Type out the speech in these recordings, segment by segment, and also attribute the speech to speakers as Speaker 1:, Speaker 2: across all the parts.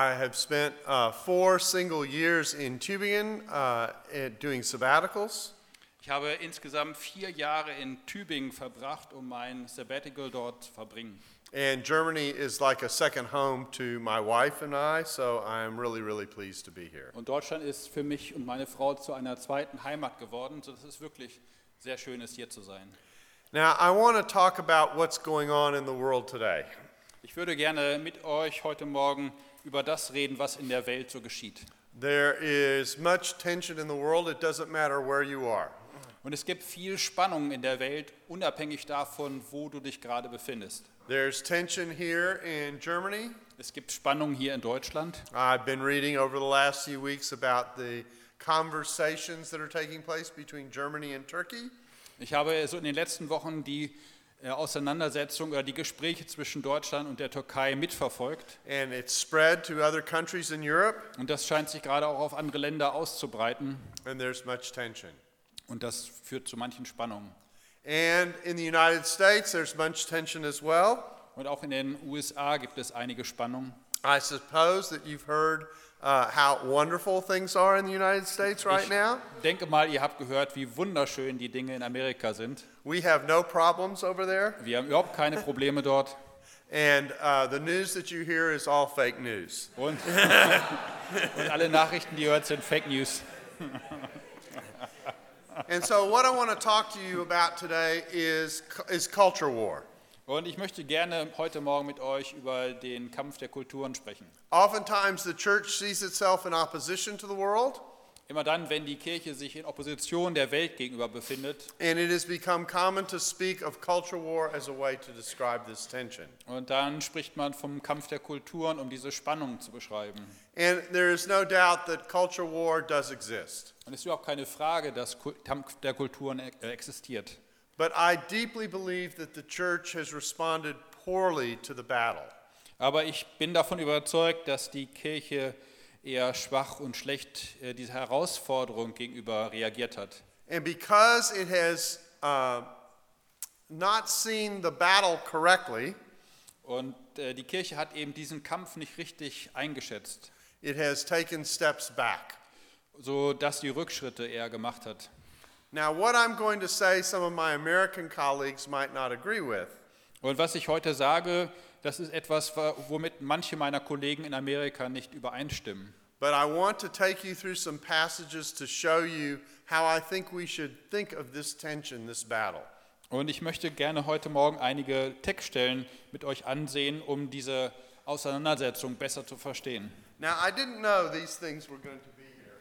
Speaker 1: I have spent uh, four single years in Tübingen uh, at- doing sabbaticals.
Speaker 2: Ich habe insgesamt vier Jahre in Tübingen verbracht, um mein Sabbatical dort zu verbringen.
Speaker 1: And Germany is like a second home to my wife and I, so I'm really, really pleased to be here.
Speaker 2: Und Deutschland ist für mich und meine Frau zu einer zweiten Heimat geworden. So, Das ist wirklich sehr schön, ist hier zu sein.
Speaker 1: Now, I want to talk about what's going on in the world today.
Speaker 2: Ich würde gerne mit euch heute Morgen über das reden, was in der Welt so geschieht.
Speaker 1: There is much tension in the world, it doesn't matter where you are.
Speaker 2: Und es gibt viel Spannung in der Welt, unabhängig davon, wo du dich gerade befindest.
Speaker 1: There's tension here in Germany.
Speaker 2: Es gibt Spannung hier in Deutschland.
Speaker 1: I've been reading over the last few weeks about the conversations that are taking place between Germany and Turkey.
Speaker 2: Ich habe so in den letzten Wochen die äh, Auseinandersetzung oder die Gespräche zwischen Deutschland und der Türkei mitverfolgt.
Speaker 1: and it's spread to other countries in Europe,
Speaker 2: Und das scheint sich gerade auch auf andere Länder auszubreiten.
Speaker 1: and there's much tension.
Speaker 2: Und das führt zu manchen Spannungen.
Speaker 1: And in the United States, there's much tension as well.
Speaker 2: Und auch in den USA gibt es einige Spannungen.
Speaker 1: I suppose that you've heard uh, how wonderful things are in the United States right now.
Speaker 2: Ich denke mal, ihr habt gehört, wie wunderschön die Dinge in Amerika sind.
Speaker 1: We have no problems over there,
Speaker 2: Wir haben überhaupt keine Probleme dort.
Speaker 1: and uh, the news that you hear is all fake news.
Speaker 2: Und, und alle Nachrichten, die ihr hört, sind Fake News.
Speaker 1: And so, what I want to talk to you about today is is culture war.
Speaker 2: Und ich möchte gerne heute Morgen mit euch über den Kampf der Kulturen sprechen.
Speaker 1: Oftentimes, the church sees itself in opposition to the world.
Speaker 2: Immer dann, wenn die Kirche sich in Opposition der Welt gegenüber befindet.
Speaker 1: And it has become common to speak of culture war as a way to describe this tension.
Speaker 2: Und dann spricht man vom Kampf der Kulturen, um diese Spannung zu beschreiben.
Speaker 1: And there is no doubt that culture war does exist.
Speaker 2: Und es ist überhaupt keine Frage, dass Kul- Kampf der Kulturen e- äh, existiert.
Speaker 1: But I deeply believe that the church has responded poorly to the battle.
Speaker 2: Aber ich bin davon überzeugt, dass die Kirche eher schwach und schlecht äh, dieser Herausforderung gegenüber reagiert hat.
Speaker 1: And because it has uh, not seen the battle correctly,
Speaker 2: Und äh, die Kirche hat eben diesen Kampf nicht richtig eingeschätzt,
Speaker 1: it has taken steps back.
Speaker 2: so dass die Rückschritte eher gemacht hat.
Speaker 1: Now, what I'm going to say, some of my American colleagues might not agree with.
Speaker 2: Und was ich heute sage, das ist etwas, wa- womit manche meiner Kollegen in Amerika nicht übereinstimmen.
Speaker 1: But I want to take you through some passages to show you how I think we should think of this tension, this battle.
Speaker 2: Und ich möchte gerne heute Morgen einige Textstellen mit euch ansehen, um diese Auseinandersetzung besser zu verstehen.
Speaker 1: Now, I didn't know these things were going to be here,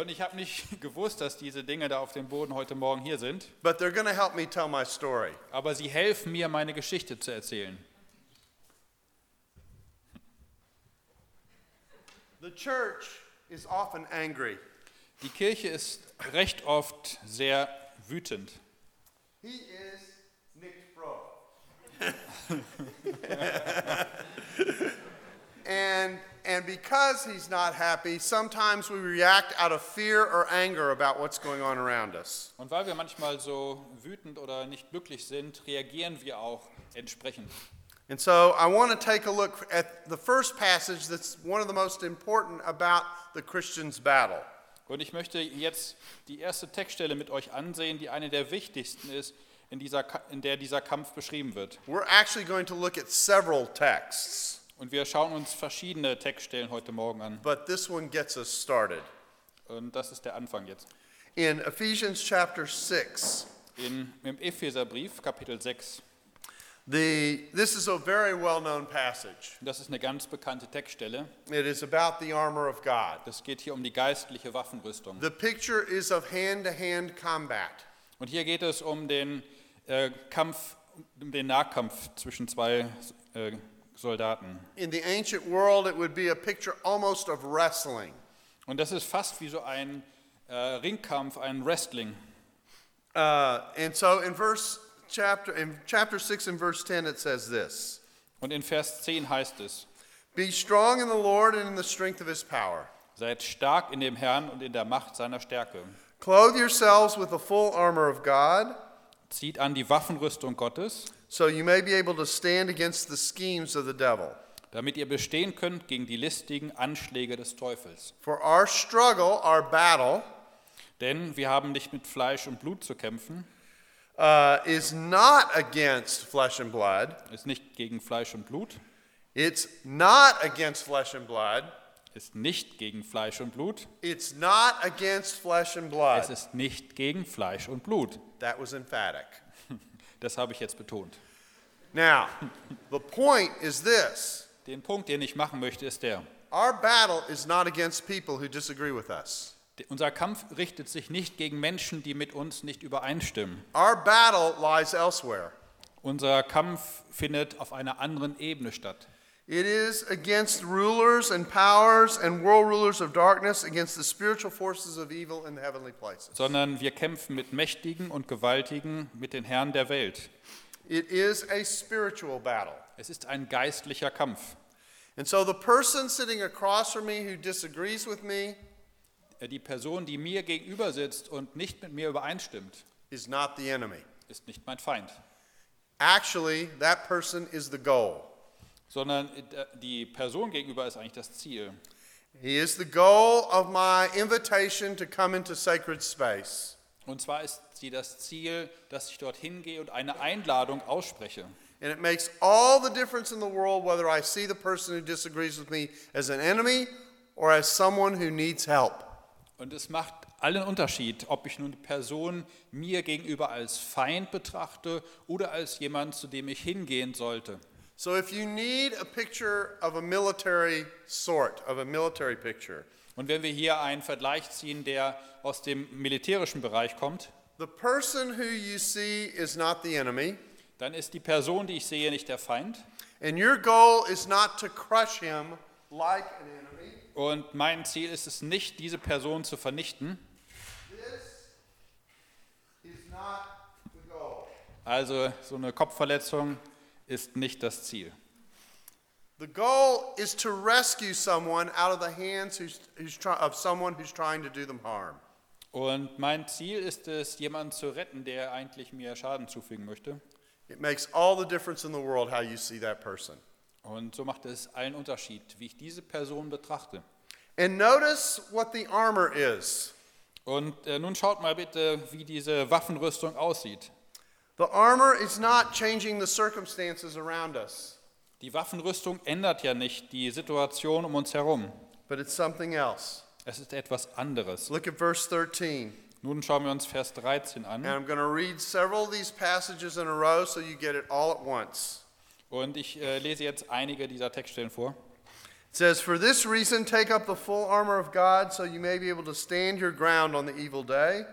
Speaker 2: Und ich habe nicht gewusst, dass diese Dinge da auf dem Boden heute Morgen hier sind,
Speaker 1: but they're going to help me tell my story.
Speaker 2: aber sie helfen mir, meine Geschichte zu erzählen.
Speaker 1: The church is often angry.
Speaker 2: Die Kirche ist recht oft sehr wütend.
Speaker 1: He is Nick Fro. and and because he's not happy, sometimes we react out of fear or anger about what's going on around us.
Speaker 2: Und weil wir manchmal so wütend oder nicht glücklich sind, reagieren wir auch entsprechend.
Speaker 1: And so I want to take a look at the first passage that's one of the most important about the Christian's battle.
Speaker 2: Und ich möchte jetzt die erste Textstelle mit euch ansehen, die eine der wichtigsten ist, in, dieser, Ka- in der dieser Kampf beschrieben wird.
Speaker 1: We're actually going to look at several texts,
Speaker 2: Und wir schauen uns verschiedene Textstellen heute Morgen an.
Speaker 1: but this one gets us started.
Speaker 2: Und das ist der Anfang jetzt.
Speaker 1: In Ephesians chapter 6,
Speaker 2: In, Im Epheserbrief, Kapitel 6.
Speaker 1: the, this is a very well known passage.
Speaker 2: Das ist eine ganz bekannte Textstelle.
Speaker 1: It is about the armor of God.
Speaker 2: Das geht hier um die geistliche Waffenrüstung.
Speaker 1: The picture is of hand to hand combat.
Speaker 2: Und hier geht es um den äh, Kampf, um den Nahkampf zwischen zwei äh, Soldaten.
Speaker 1: In the ancient world, it would be a picture almost of wrestling.
Speaker 2: Und das ist fast wie so ein äh, Ringkampf, ein Wrestling.
Speaker 1: Uh, and so in verse chapter in chapter 6 and verse 10 it says this
Speaker 2: Und in Vers 10 heißt es,
Speaker 1: be strong in the lord and in the strength of his power
Speaker 2: seid stark in dem Herrn und in der Macht seiner Stärke.
Speaker 1: clothe yourselves with the full armor of god
Speaker 2: Zieht an die Waffenrüstung Gottes,
Speaker 1: so you may be able to stand against the schemes of the devil
Speaker 2: damit ihr bestehen könnt gegen die listigen Anschläge des Teufels.
Speaker 1: For our struggle, our battle,
Speaker 2: Denn wir haben nicht mit Fleisch und Blut zu kämpfen,
Speaker 1: uh, is not against flesh and blood.
Speaker 2: ist nicht gegen Fleisch und Blut,
Speaker 1: It's not against flesh and blood.
Speaker 2: ist nicht gegen Fleisch und Blut,
Speaker 1: It's not against flesh and
Speaker 2: es
Speaker 1: blood.
Speaker 2: ist nicht gegen Fleisch und Blut.
Speaker 1: That was emphatic.
Speaker 2: Das habe ich jetzt betont.
Speaker 1: Now, the point is this
Speaker 2: Den Punkt, den ich machen möchte, ist der.
Speaker 1: our battle is not against people who disagree with us.
Speaker 2: Unser Kampf richtet sich nicht gegen Menschen, die mit uns nicht übereinstimmen.
Speaker 1: Our battle lies elsewhere.
Speaker 2: Unser Kampf findet auf einer anderen Ebene statt.
Speaker 1: It is against rulers and powers and world rulers of darkness, against the spiritual forces of evil in the heavenly places.
Speaker 2: sondern wir kämpfen mit Mächtigen und Gewaltigen, mit den Herren der Welt.
Speaker 1: It is a spiritual battle.
Speaker 2: Es ist ein geistlicher Kampf.
Speaker 1: And so the person sitting across from me who disagrees with me
Speaker 2: Äh, Die Person, die mir gegenüber sitzt und nicht mit mir übereinstimmt,
Speaker 1: is not the enemy.
Speaker 2: ist nicht mein Feind,
Speaker 1: Actually, that person is the goal.
Speaker 2: sondern äh, die Person gegenüber ist eigentlich das Ziel.
Speaker 1: He is the goal of my invitation to come into sacred space.
Speaker 2: Und zwar ist sie das Ziel, dass ich dorthin gehe und eine Einladung ausspreche.
Speaker 1: And it makes all the difference in the world whether I see the person who disagrees with me as an enemy or as someone who needs help.
Speaker 2: Und es macht allen Unterschied, ob ich nun die Person mir gegenüber als Feind betrachte oder als jemand, zu dem ich hingehen sollte.
Speaker 1: So if you need a picture of a military sort, of a military picture,
Speaker 2: Und wenn wir hier einen Vergleich ziehen, der aus dem militärischen Bereich kommt,
Speaker 1: the person who you see is not the enemy,
Speaker 2: dann ist die Person, die ich sehe, nicht der Feind.
Speaker 1: and your goal is not to crush him like an enemy.
Speaker 2: Und mein Ziel ist es nicht, diese Person zu vernichten.
Speaker 1: This is not the goal.
Speaker 2: Also so eine Kopfverletzung ist nicht das Ziel.
Speaker 1: The goal is to rescue someone out of the hands who's, who's try, of someone who's trying to do them harm.
Speaker 2: Und mein Ziel ist es, jemanden zu retten, der eigentlich mir Schaden zufügen möchte.
Speaker 1: It makes all the difference in the world how you see that person.
Speaker 2: Und so macht es allen Unterschied, wie ich diese Person betrachte.
Speaker 1: And notice what the armor is.
Speaker 2: Und äh, nun schaut mal bitte, wie diese Waffenrüstung aussieht.
Speaker 1: The armor is not changing the circumstances around us,
Speaker 2: Die Waffenrüstung ändert ja nicht die Situation um uns herum.
Speaker 1: but it's something else.
Speaker 2: Es ist etwas anderes.
Speaker 1: Look at verse 13.
Speaker 2: Nun schauen wir uns Vers 13
Speaker 1: And
Speaker 2: an.
Speaker 1: I'm going to read several of these passages in a row so you get it all at once.
Speaker 2: Und ich äh, lese jetzt einige dieser Textstellen vor.
Speaker 1: It says, For this reason, take up the full armor of God so you may be able to stand your ground on the evil day.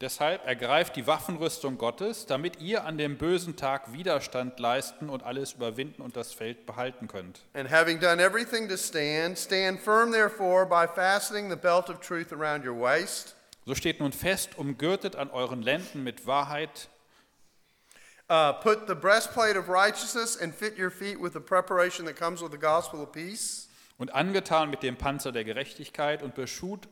Speaker 2: Deshalb ergreift die Waffenrüstung Gottes, damit ihr an dem bösen Tag Widerstand leisten und alles überwinden und das Feld behalten könnt.
Speaker 1: And having done everything to stand, stand firm, therefore, by fastening the belt of truth around your waist,
Speaker 2: So steht nun fest, umgürtet an euren Lenden mit Wahrheit,
Speaker 1: uh, put the breastplate of righteousness, and fit your feet with the preparation that comes with the gospel of peace.
Speaker 2: und angetan mit dem Panzer der Gerechtigkeit und beschut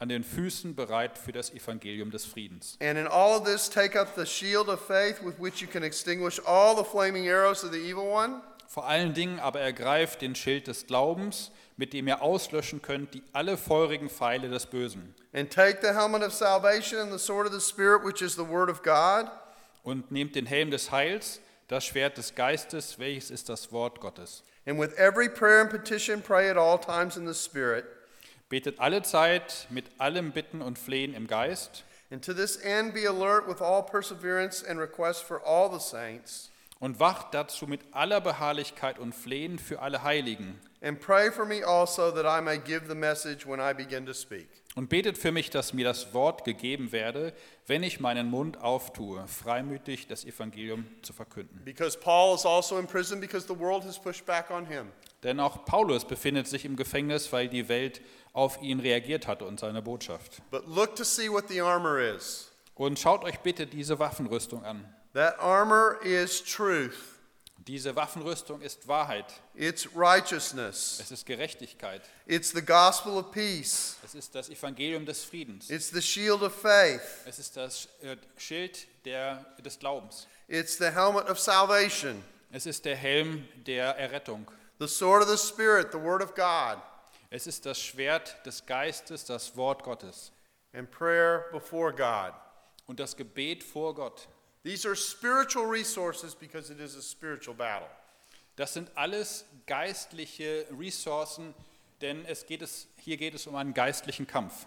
Speaker 2: an den Füßen bereit für das Evangelium des Friedens.
Speaker 1: And in all of this, take up the shield of faith with which you can extinguish all the flaming arrows of the evil one.
Speaker 2: Vor allen Dingen aber ergreift den Schild des Glaubens, mit dem ihr auslöschen könnt die alle feurigen Pfeile des Bösen.
Speaker 1: And take the helmet of salvation and the sword of the Spirit, which is the word of God.
Speaker 2: Und nehmt den Helm des Heils, das Schwert des Geistes, welches ist das Wort Gottes.
Speaker 1: And with every prayer and petition, pray at all times in the Spirit.
Speaker 2: Betet alle Zeit mit allem Bitten und Flehen im Geist
Speaker 1: And to this end, be alert with all perseverance and request for all the saints.
Speaker 2: und wacht dazu mit aller Beharrlichkeit und Flehen für alle Heiligen.
Speaker 1: And pray for me also that I may give the message when I begin to speak.
Speaker 2: Und betet für mich, dass mir das Wort gegeben werde, wenn ich meinen Mund auftue, freimütig das Evangelium zu verkünden.
Speaker 1: Because Paul is also in prison because the world has pushed back on him.
Speaker 2: Denn auch Paulus befindet sich im Gefängnis, weil die Welt auf ihn reagiert hatte und seine Botschaft.
Speaker 1: But look to see what the armor is.
Speaker 2: Und schaut euch bitte diese Waffenrüstung an.
Speaker 1: That armor is truth,
Speaker 2: Diese Waffenrüstung ist Wahrheit,
Speaker 1: it's righteousness,
Speaker 2: es ist Gerechtigkeit,
Speaker 1: it's the gospel of peace,
Speaker 2: es ist das Evangelium des Friedens,
Speaker 1: it's the shield of faith,
Speaker 2: es ist das äh, Schild der, des Glaubens,
Speaker 1: it's the helmet of salvation,
Speaker 2: es ist der Helm der Errettung,
Speaker 1: The sword of the Spirit, the Word of God,
Speaker 2: Es ist das Schwert des Geistes, das Wort Gottes
Speaker 1: and prayer before God.
Speaker 2: und das Gebet vor Gott.
Speaker 1: These are spiritual resources because it is a spiritual battle.
Speaker 2: Das sind alles geistliche Ressourcen, denn es geht es, hier geht es um einen geistlichen Kampf.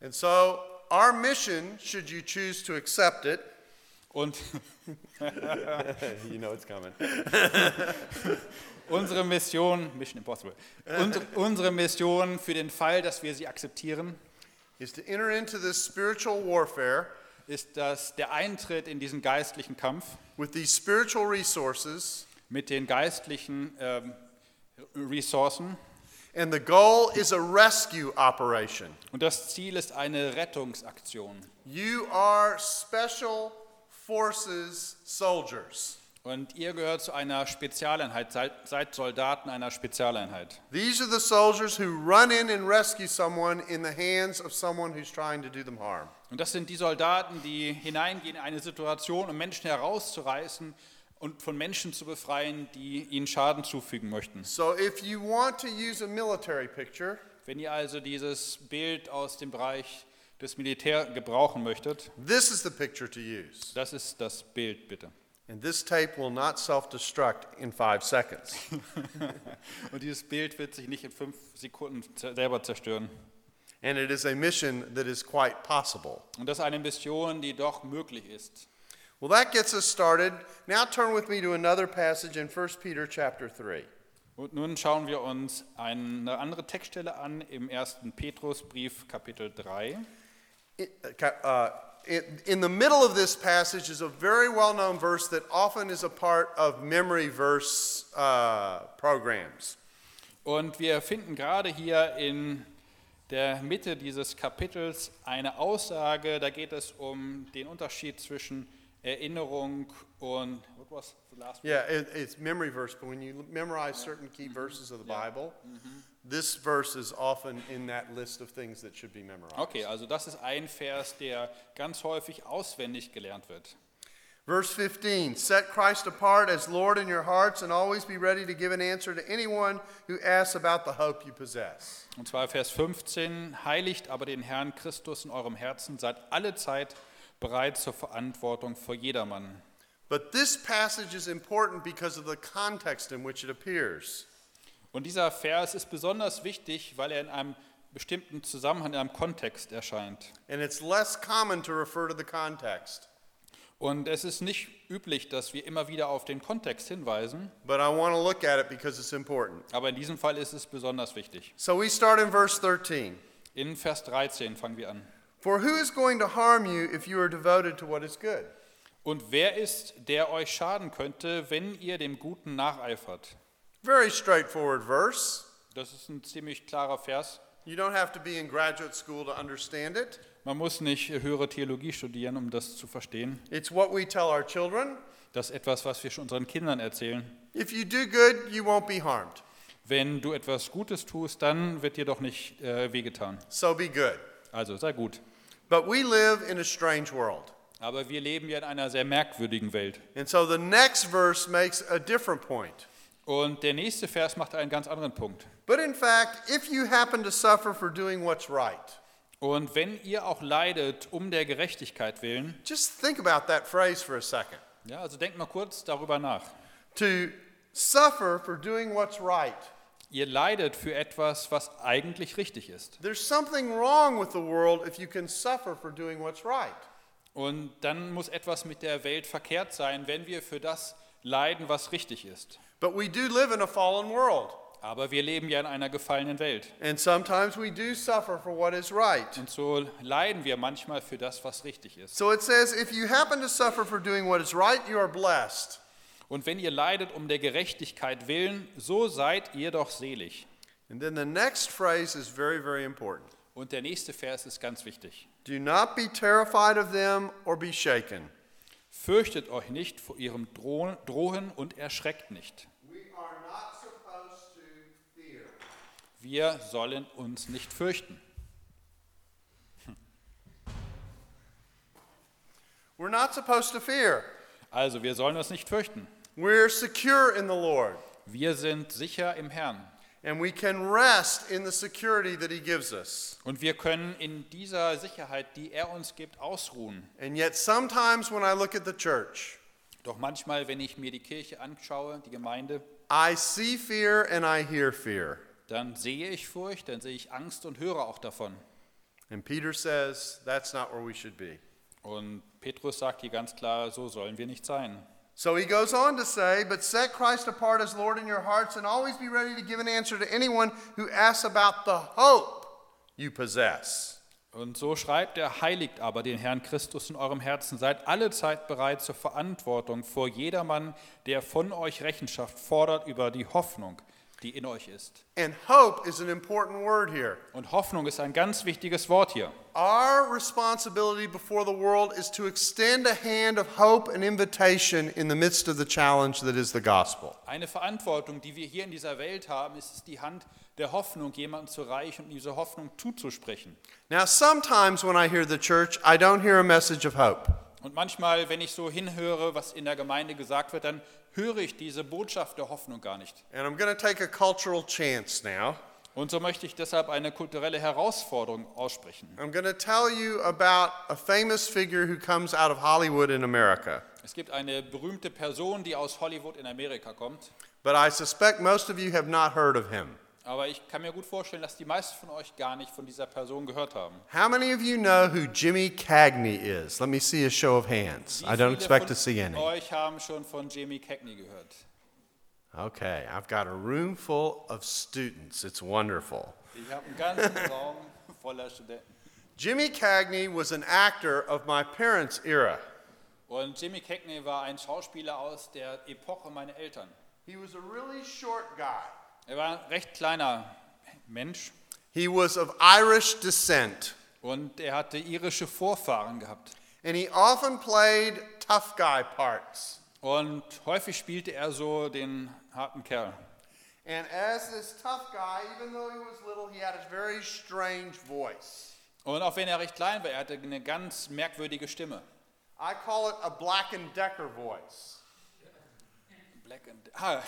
Speaker 1: And so, our mission, should you choose to accept it,
Speaker 2: Und
Speaker 1: you know it's coming.
Speaker 2: unsere Mission, Mission Impossible, und unsere Mission für den Fall, dass wir sie akzeptieren,
Speaker 1: is to enter into this spiritual warfare
Speaker 2: ist das der Eintritt in diesen geistlichen Kampf
Speaker 1: with these spiritual resources,
Speaker 2: mit den geistlichen ähm, Ressourcen.
Speaker 1: and the goal is a rescue operation.
Speaker 2: Und das Ziel ist eine Rettungsaktion.
Speaker 1: You are special forces soldiers.
Speaker 2: Und ihr gehört zu einer Spezialeinheit, seid, seid Soldaten einer Spezialeinheit.
Speaker 1: These are the soldiers who run in and rescue someone in the hands of someone who's trying to do them harm.
Speaker 2: Und das sind die Soldaten, die hineingehen in eine Situation, um Menschen herauszureißen und von Menschen zu befreien, die ihnen Schaden zufügen möchten.
Speaker 1: So if you want to use a military picture,
Speaker 2: Wenn ihr also dieses Bild aus dem Bereich des Militär gebrauchen möchtet,
Speaker 1: this is the picture to use.
Speaker 2: das ist das Bild bitte.
Speaker 1: And this tape will not self destruct in five seconds.
Speaker 2: Und dieses Bild wird sich nicht in fünf Sekunden zer- selber zerstören.
Speaker 1: and it is a mission that is quite possible.
Speaker 2: Und das ist eine Mission, die doch möglich ist.
Speaker 1: Well, that gets us started. Now turn with me to another passage in 1 Peter chapter 3.
Speaker 2: Und nun schauen wir uns eine andere Textstelle an im 1. Petrusbrief, Kapitel 3.
Speaker 1: It- uh, ca- uh, it- in the middle of this passage is a very well known verse that often is a part of memory verse uh, programs.
Speaker 2: Und wir finden gerade hier in der Mitte dieses Kapitels eine Aussage, da geht es um den Unterschied zwischen Erinnerung und what was the last
Speaker 1: Yeah, it, it's memory verse, but when you memorize certain key verses of the Bible, this verse is often in that list of things that should be memorized.
Speaker 2: Okay, also das ist ein Vers, der ganz häufig auswendig gelernt wird.
Speaker 1: Verse 15 Set Christ apart as Lord in your hearts and always be ready to give an answer to anyone who asks about the hope you possess.
Speaker 2: Und zwar Vers 15, heiligt aber den Herrn Christus in eurem Herzen, seid alle Zeit bereit zur Verantwortung vor jedermann.
Speaker 1: But this passage is important because of the context in which it appears.
Speaker 2: Und dieser Vers ist besonders wichtig, weil er in einem bestimmten Zusammenhang, in einem Kontext erscheint.
Speaker 1: And it's less common to refer to the context.
Speaker 2: Und es ist nicht üblich, dass wir immer wieder auf den Kontext hinweisen,
Speaker 1: But I want to look at it because it's important.
Speaker 2: aber in diesem Fall ist es besonders wichtig.
Speaker 1: So we start in verse 13.
Speaker 2: In Vers 13 fangen wir an.
Speaker 1: For who is going to harm you if you are devoted to what is good?
Speaker 2: Und wer ist, der euch schaden könnte, wenn ihr dem Guten nacheifert?
Speaker 1: Very straightforward verse.
Speaker 2: Das ist ein ziemlich klarer Vers.
Speaker 1: You don't have to be in graduate school to understand it.
Speaker 2: Man muss nicht höhere Theologie studieren, um das zu verstehen.
Speaker 1: It's what we tell our children.
Speaker 2: Das ist etwas, was wir schon unseren Kindern erzählen.
Speaker 1: If you do good, you won't be harmed.
Speaker 2: Wenn du etwas Gutes tust, dann wird dir doch nicht äh, wehgetan.
Speaker 1: So be good.
Speaker 2: Also sei gut.
Speaker 1: But we live in a strange world.
Speaker 2: Aber wir leben ja in einer sehr merkwürdigen Welt.
Speaker 1: And so the next verse makes a different point.
Speaker 2: Und der nächste Vers macht einen ganz anderen Punkt.
Speaker 1: But in fact, if you happen to suffer for doing what's right,
Speaker 2: Und wenn ihr auch leidet um der Gerechtigkeit willen,
Speaker 1: just think about that phrase for a second.
Speaker 2: ja, also denkt mal kurz darüber nach.
Speaker 1: To suffer for doing what's right.
Speaker 2: Ihr leidet für etwas, was eigentlich richtig ist.
Speaker 1: There's something wrong with the world if you can suffer for doing what's right.
Speaker 2: Und dann muss etwas mit der Welt verkehrt sein, wenn wir für das leiden, was richtig ist.
Speaker 1: But we do live in a fallen world.
Speaker 2: Aber wir leben ja in einer gefallenen Welt.
Speaker 1: And sometimes we do suffer for what is right.
Speaker 2: Und so leiden wir manchmal für das, was richtig ist.
Speaker 1: So it says, if you happen to suffer for doing what is right, you are blessed.
Speaker 2: Und wenn ihr leidet um der Gerechtigkeit willen, so seid ihr doch selig.
Speaker 1: And then the next phrase is very, very important.
Speaker 2: Und der nächste Vers ist ganz wichtig.
Speaker 1: Do not be terrified of them or be shaken.
Speaker 2: Fürchtet euch nicht vor ihrem Drohen, Drohen und erschreckt nicht.
Speaker 1: We are not supposed to fear.
Speaker 2: Wir sollen uns nicht fürchten.
Speaker 1: We're not supposed to fear.
Speaker 2: Also wir sollen uns nicht fürchten.
Speaker 1: We're secure in the Lord.
Speaker 2: Wir sind sicher im Herrn
Speaker 1: and we can rest in the security that He gives us.
Speaker 2: und wir können in dieser Sicherheit, die er uns gibt, ausruhen.
Speaker 1: And yet, sometimes when I look at the church,
Speaker 2: Doch manchmal, wenn ich mir die Kirche anschaue, die Gemeinde,
Speaker 1: I see fear and I hear fear.
Speaker 2: dann sehe ich Furcht, dann sehe ich Angst und höre auch davon.
Speaker 1: And Peter says that's not where we should be.
Speaker 2: Und Petrus sagt hier ganz klar, so sollen wir nicht sein.
Speaker 1: So he goes on to say, But set Christ apart as Lord in your hearts and always be ready to give an answer to anyone who asks about the hope you possess.
Speaker 2: Und so schreibt er, heiligt aber den Herrn Christus in eurem Herzen, seid alle Zeit bereit zur Verantwortung vor jedermann, der von euch Rechenschaft fordert über die Hoffnung, die in euch ist.
Speaker 1: And hope is an important word here.
Speaker 2: Und Hoffnung ist ein ganz wichtiges Wort hier.
Speaker 1: Our responsibility before the world is to extend a hand of hope and invitation in the midst of the challenge that is the gospel.
Speaker 2: Eine Verantwortung, die wir hier in dieser Welt haben, ist es, die Hand der Hoffnung jemandem zu reichen und diese Hoffnung zuzusprechen.
Speaker 1: Now, sometimes when I hear the church, I don't hear a message of hope.
Speaker 2: Und manchmal, wenn ich so hinhöre, was in der Gemeinde gesagt wird, dann höre ich diese Botschaft der Hoffnung gar nicht.
Speaker 1: And I'm going to take a cultural chance now.
Speaker 2: Und so möchte ich deshalb eine kulturelle Herausforderung aussprechen.
Speaker 1: I'm going to tell you about a famous figure who comes out of Hollywood in America.
Speaker 2: Es gibt eine berühmte Person, die aus Hollywood in Amerika kommt.
Speaker 1: But I suspect most of you have not heard of him.
Speaker 2: Aber ich kann mir gut vorstellen, dass die meisten von euch gar nicht von dieser Person gehört haben.
Speaker 1: How many of you know who Jimmy Cagney is? Let me see a show of hands.
Speaker 2: Wie
Speaker 1: I don't
Speaker 2: viele
Speaker 1: expect
Speaker 2: von
Speaker 1: to see any.
Speaker 2: euch haben schon von Jamie Cagney gehört.
Speaker 1: Okay, I've got a room full of students. It's wonderful.
Speaker 2: Ich habe einen ganzen Raum voller Studenten.
Speaker 1: Jimmy Cagney was an actor of my parents' era.
Speaker 2: Und Jimmy Cagney war ein Schauspieler aus der Epoche meiner Eltern.
Speaker 1: He was a really short guy.
Speaker 2: Er war ein recht kleiner Mensch
Speaker 1: He was of Irish descent,
Speaker 2: und er hatte irische Vorfahren gehabt.
Speaker 1: and he often played tough guy parts.
Speaker 2: Und häufig spielte er so den harten Kerl.
Speaker 1: And as this tough guy, even though he was little, he had a very strange voice.
Speaker 2: Und auch wenn er recht klein war, er hatte eine ganz merkwürdige Stimme.
Speaker 1: I call it a Black and Decker voice.
Speaker 2: Black and ah.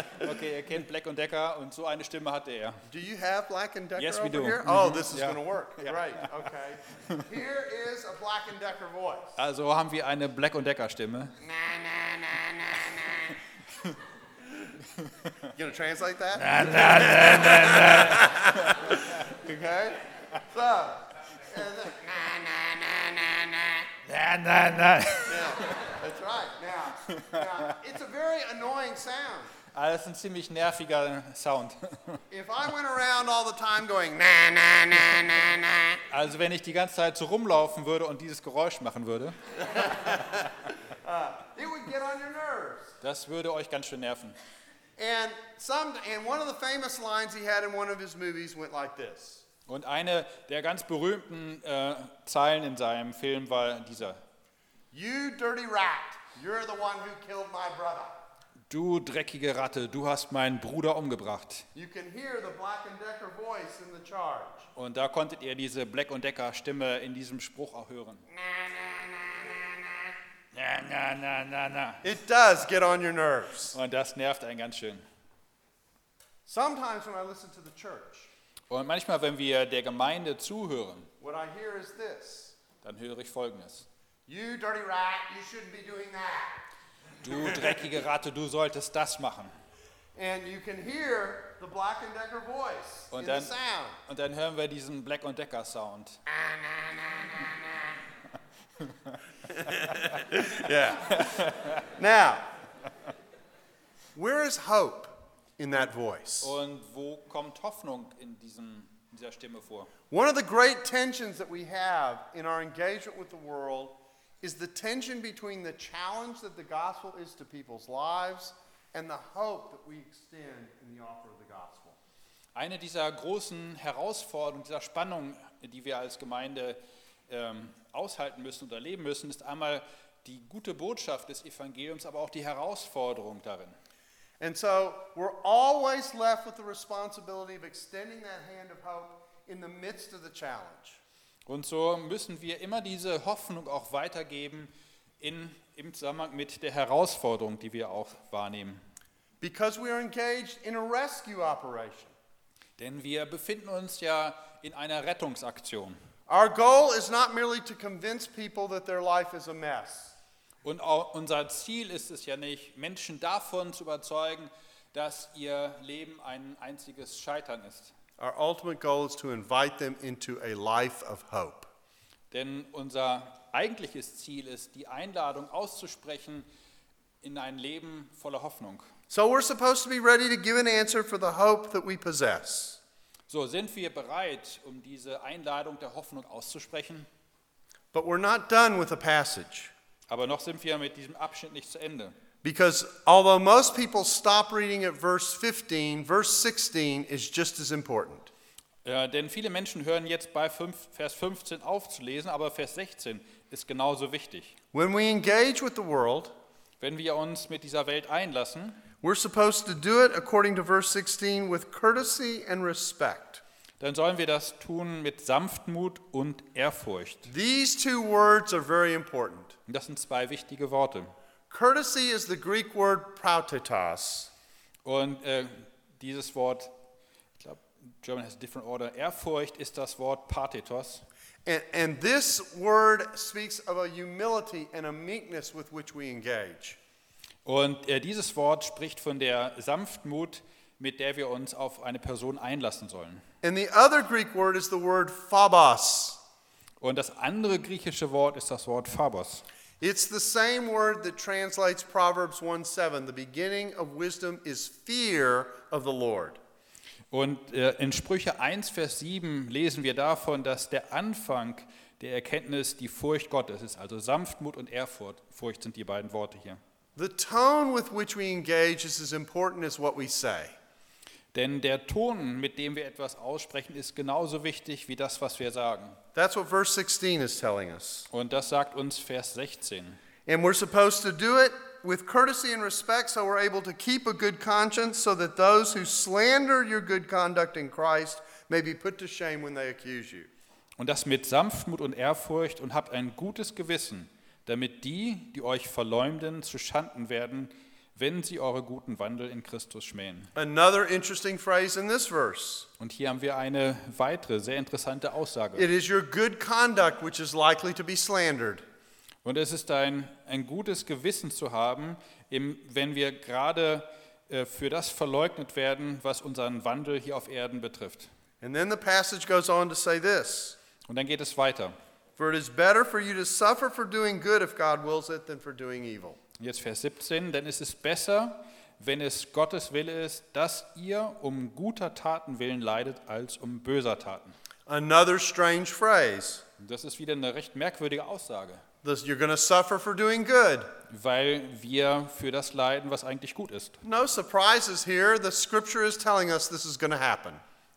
Speaker 2: Okay, er kennt Black und Decker und so eine Stimme hatte er.
Speaker 1: Do you have Black and Decker
Speaker 2: Yes, we
Speaker 1: over
Speaker 2: do.
Speaker 1: here?
Speaker 2: Mhm.
Speaker 1: Oh, this is
Speaker 2: Yeah.
Speaker 1: going to work. Great. Okay. here is a Black and Decker voice.
Speaker 2: Also haben wir eine Black und Decker Stimme.
Speaker 1: You going to translate that? okay. So, and then-
Speaker 2: Nein, nein, nein.
Speaker 1: yeah, that's right. Now, now, it's a very annoying sound.
Speaker 2: Ah, das ist ein ziemlich nerviger Sound.
Speaker 1: If I went around all the time going na na na na na,
Speaker 2: Also wenn ich die ganze Zeit so rumlaufen würde und dieses Geräusch machen würde,
Speaker 1: it would get on your nerves.
Speaker 2: das würde euch ganz schön nerven.
Speaker 1: And some and one of the famous lines he had in one of his movies went like this.
Speaker 2: Und eine der ganz berühmten äh, Zeilen in seinem Film war dieser.
Speaker 1: You dirty rat, you're the one who killed my brother.
Speaker 2: Du dreckige Ratte, du hast meinen Bruder umgebracht.
Speaker 1: You can hear the Black and Decker voice in the charge.
Speaker 2: Und da konntet ihr diese Black und Decker Stimme in diesem Spruch auch hören. Na, na, na, na, na.
Speaker 1: It does get on your nerves.
Speaker 2: Und das nervt einen ganz schön.
Speaker 1: Sometimes when I listen to the church,
Speaker 2: Und manchmal, wenn wir der Gemeinde zuhören,
Speaker 1: what I hear is this.
Speaker 2: dann höre ich Folgendes.
Speaker 1: You dirty rat, you shouldn't be doing that.
Speaker 2: Du dreckige Ratte, du solltest das machen.
Speaker 1: And you can hear the Black and Decker voice
Speaker 2: Und
Speaker 1: in
Speaker 2: dann,
Speaker 1: the sound.
Speaker 2: und dann hören wir diesen Black und Decker Sound.
Speaker 1: Yeah. now, where is hope in that voice?
Speaker 2: Und wo kommt Hoffnung in diesem, dieser Stimme vor?
Speaker 1: One of the great tensions that we have in our engagement with the world is the tension between the challenge that the gospel is to people's lives and the hope that we extend in the offer of the gospel.
Speaker 2: Eine dieser großen Herausforderungen, dieser Spannung, die wir als Gemeinde ähm, aushalten müssen und erleben müssen, ist einmal die gute Botschaft des Evangeliums, aber auch die Herausforderung darin.
Speaker 1: And so we're always left with the responsibility of extending that hand of hope in the midst of the challenge.
Speaker 2: Und so müssen wir immer diese Hoffnung auch weitergeben in, im Zusammenhang mit der Herausforderung, die wir auch wahrnehmen.
Speaker 1: because we are engaged in a rescue operation.
Speaker 2: Denn wir befinden uns ja in einer Rettungsaktion.
Speaker 1: Our goal is not merely to convince people that their life is a mess,
Speaker 2: Und au- unser Ziel ist es ja nicht, Menschen davon zu überzeugen, dass ihr Leben ein einziges Scheitern ist.
Speaker 1: our ultimate goal is to invite them into a life of hope.
Speaker 2: Denn unser eigentliches Ziel ist, die Einladung auszusprechen in ein Leben voller Hoffnung.
Speaker 1: So we're supposed to be ready to give an answer for the hope that we possess.
Speaker 2: So sind wir bereit, um diese Einladung der Hoffnung auszusprechen.
Speaker 1: But we're not done with the passage
Speaker 2: Aber noch sind wir mit diesem Abschnitt nicht zu Ende.
Speaker 1: because although most people stop reading at verse 15, verse 16 is just as important.
Speaker 2: Äh, denn viele Menschen hören jetzt bei fünf- Vers 15 auf zu lesen, aber Vers 16 ist genauso wichtig.
Speaker 1: When we engage with the world,
Speaker 2: Wenn wir uns mit dieser Welt einlassen,
Speaker 1: we're supposed to do it, according to verse 16, with courtesy and respect.
Speaker 2: dann sollen wir das tun mit Sanftmut und Ehrfurcht.
Speaker 1: These two words are very important.
Speaker 2: Und das sind zwei wichtige Worte.
Speaker 1: Courtesy is the Greek word prautetas,
Speaker 2: Und äh, dieses Wort, ich glaube, German has a different order. Ehrfurcht ist das Wort Pathetos.
Speaker 1: and, and this word speaks of a humility and a meekness with which we engage.
Speaker 2: Und äh, dieses Wort spricht von der Sanftmut, mit der wir uns auf eine Person einlassen sollen.
Speaker 1: And the other Greek word is the word phobos.
Speaker 2: Und das andere griechische Wort ist das Wort Phobos.
Speaker 1: It's the same word that translates Proverbs 1 7. The beginning of wisdom is fear of the Lord.
Speaker 2: Und äh, in Sprüche 1, Vers 7 lesen wir davon, dass der Anfang der Erkenntnis die Furcht Gottes ist. Also Sanftmut und Ehrfurcht Furcht sind die beiden Worte hier.
Speaker 1: The tone with which we engage is as important as what we say.
Speaker 2: Denn der Ton, mit dem wir etwas aussprechen, ist genauso wichtig wie das, was wir sagen.
Speaker 1: That's what verse 16 is telling us.
Speaker 2: Und das sagt uns Vers 16.
Speaker 1: And we're supposed to do it with courtesy and respect so we're able to keep a good conscience so that those who slander your good conduct in Christ may be put to shame when they accuse you.
Speaker 2: Und das mit Sanftmut und Ehrfurcht und habt ein gutes Gewissen, damit die, die euch verleumden, zu Schanden werden, wenn sie eure guten Wandel in Christus schmähen.
Speaker 1: Another interesting phrase in this verse
Speaker 2: Und hier haben wir eine weitere sehr interessante Aussage.
Speaker 1: it is your good conduct which is likely to be slandered.
Speaker 2: Und es ist ein, ein gutes Gewissen zu haben, im, wenn wir gerade äh, für das verleugnet werden, was unseren Wandel hier auf Erden betrifft.
Speaker 1: And then the passage goes on to say this
Speaker 2: Und dann geht es weiter.
Speaker 1: For it is better for you to suffer for doing good if God wills it than for doing evil.
Speaker 2: Und Jetzt Vers 17, denn es ist besser, wenn es Gottes Wille ist, dass ihr um guter Taten willen leidet, als um böser Taten.
Speaker 1: Another strange phrase.
Speaker 2: Und Das ist wieder eine recht merkwürdige Aussage,
Speaker 1: This, you're going to suffer for doing good.
Speaker 2: weil wir für das leiden, was eigentlich gut ist.
Speaker 1: No surprises here. The scripture is telling us this is going to happen.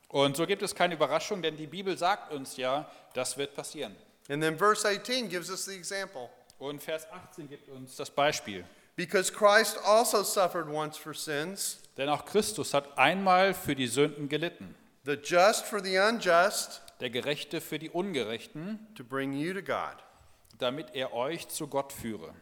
Speaker 2: Und so gibt es keine Überraschung, denn die Bibel sagt uns ja, das wird passieren.
Speaker 1: And then verse 18 gives us the example.
Speaker 2: Und Vers 18 gibt uns das Beispiel.
Speaker 1: Because Christ also suffered once for sins,
Speaker 2: Denn auch Christus hat einmal für die Sünden gelitten,
Speaker 1: the just for the unjust,
Speaker 2: der Gerechte für die Ungerechten,
Speaker 1: to bring you to God.
Speaker 2: damit er euch zu Gott führe.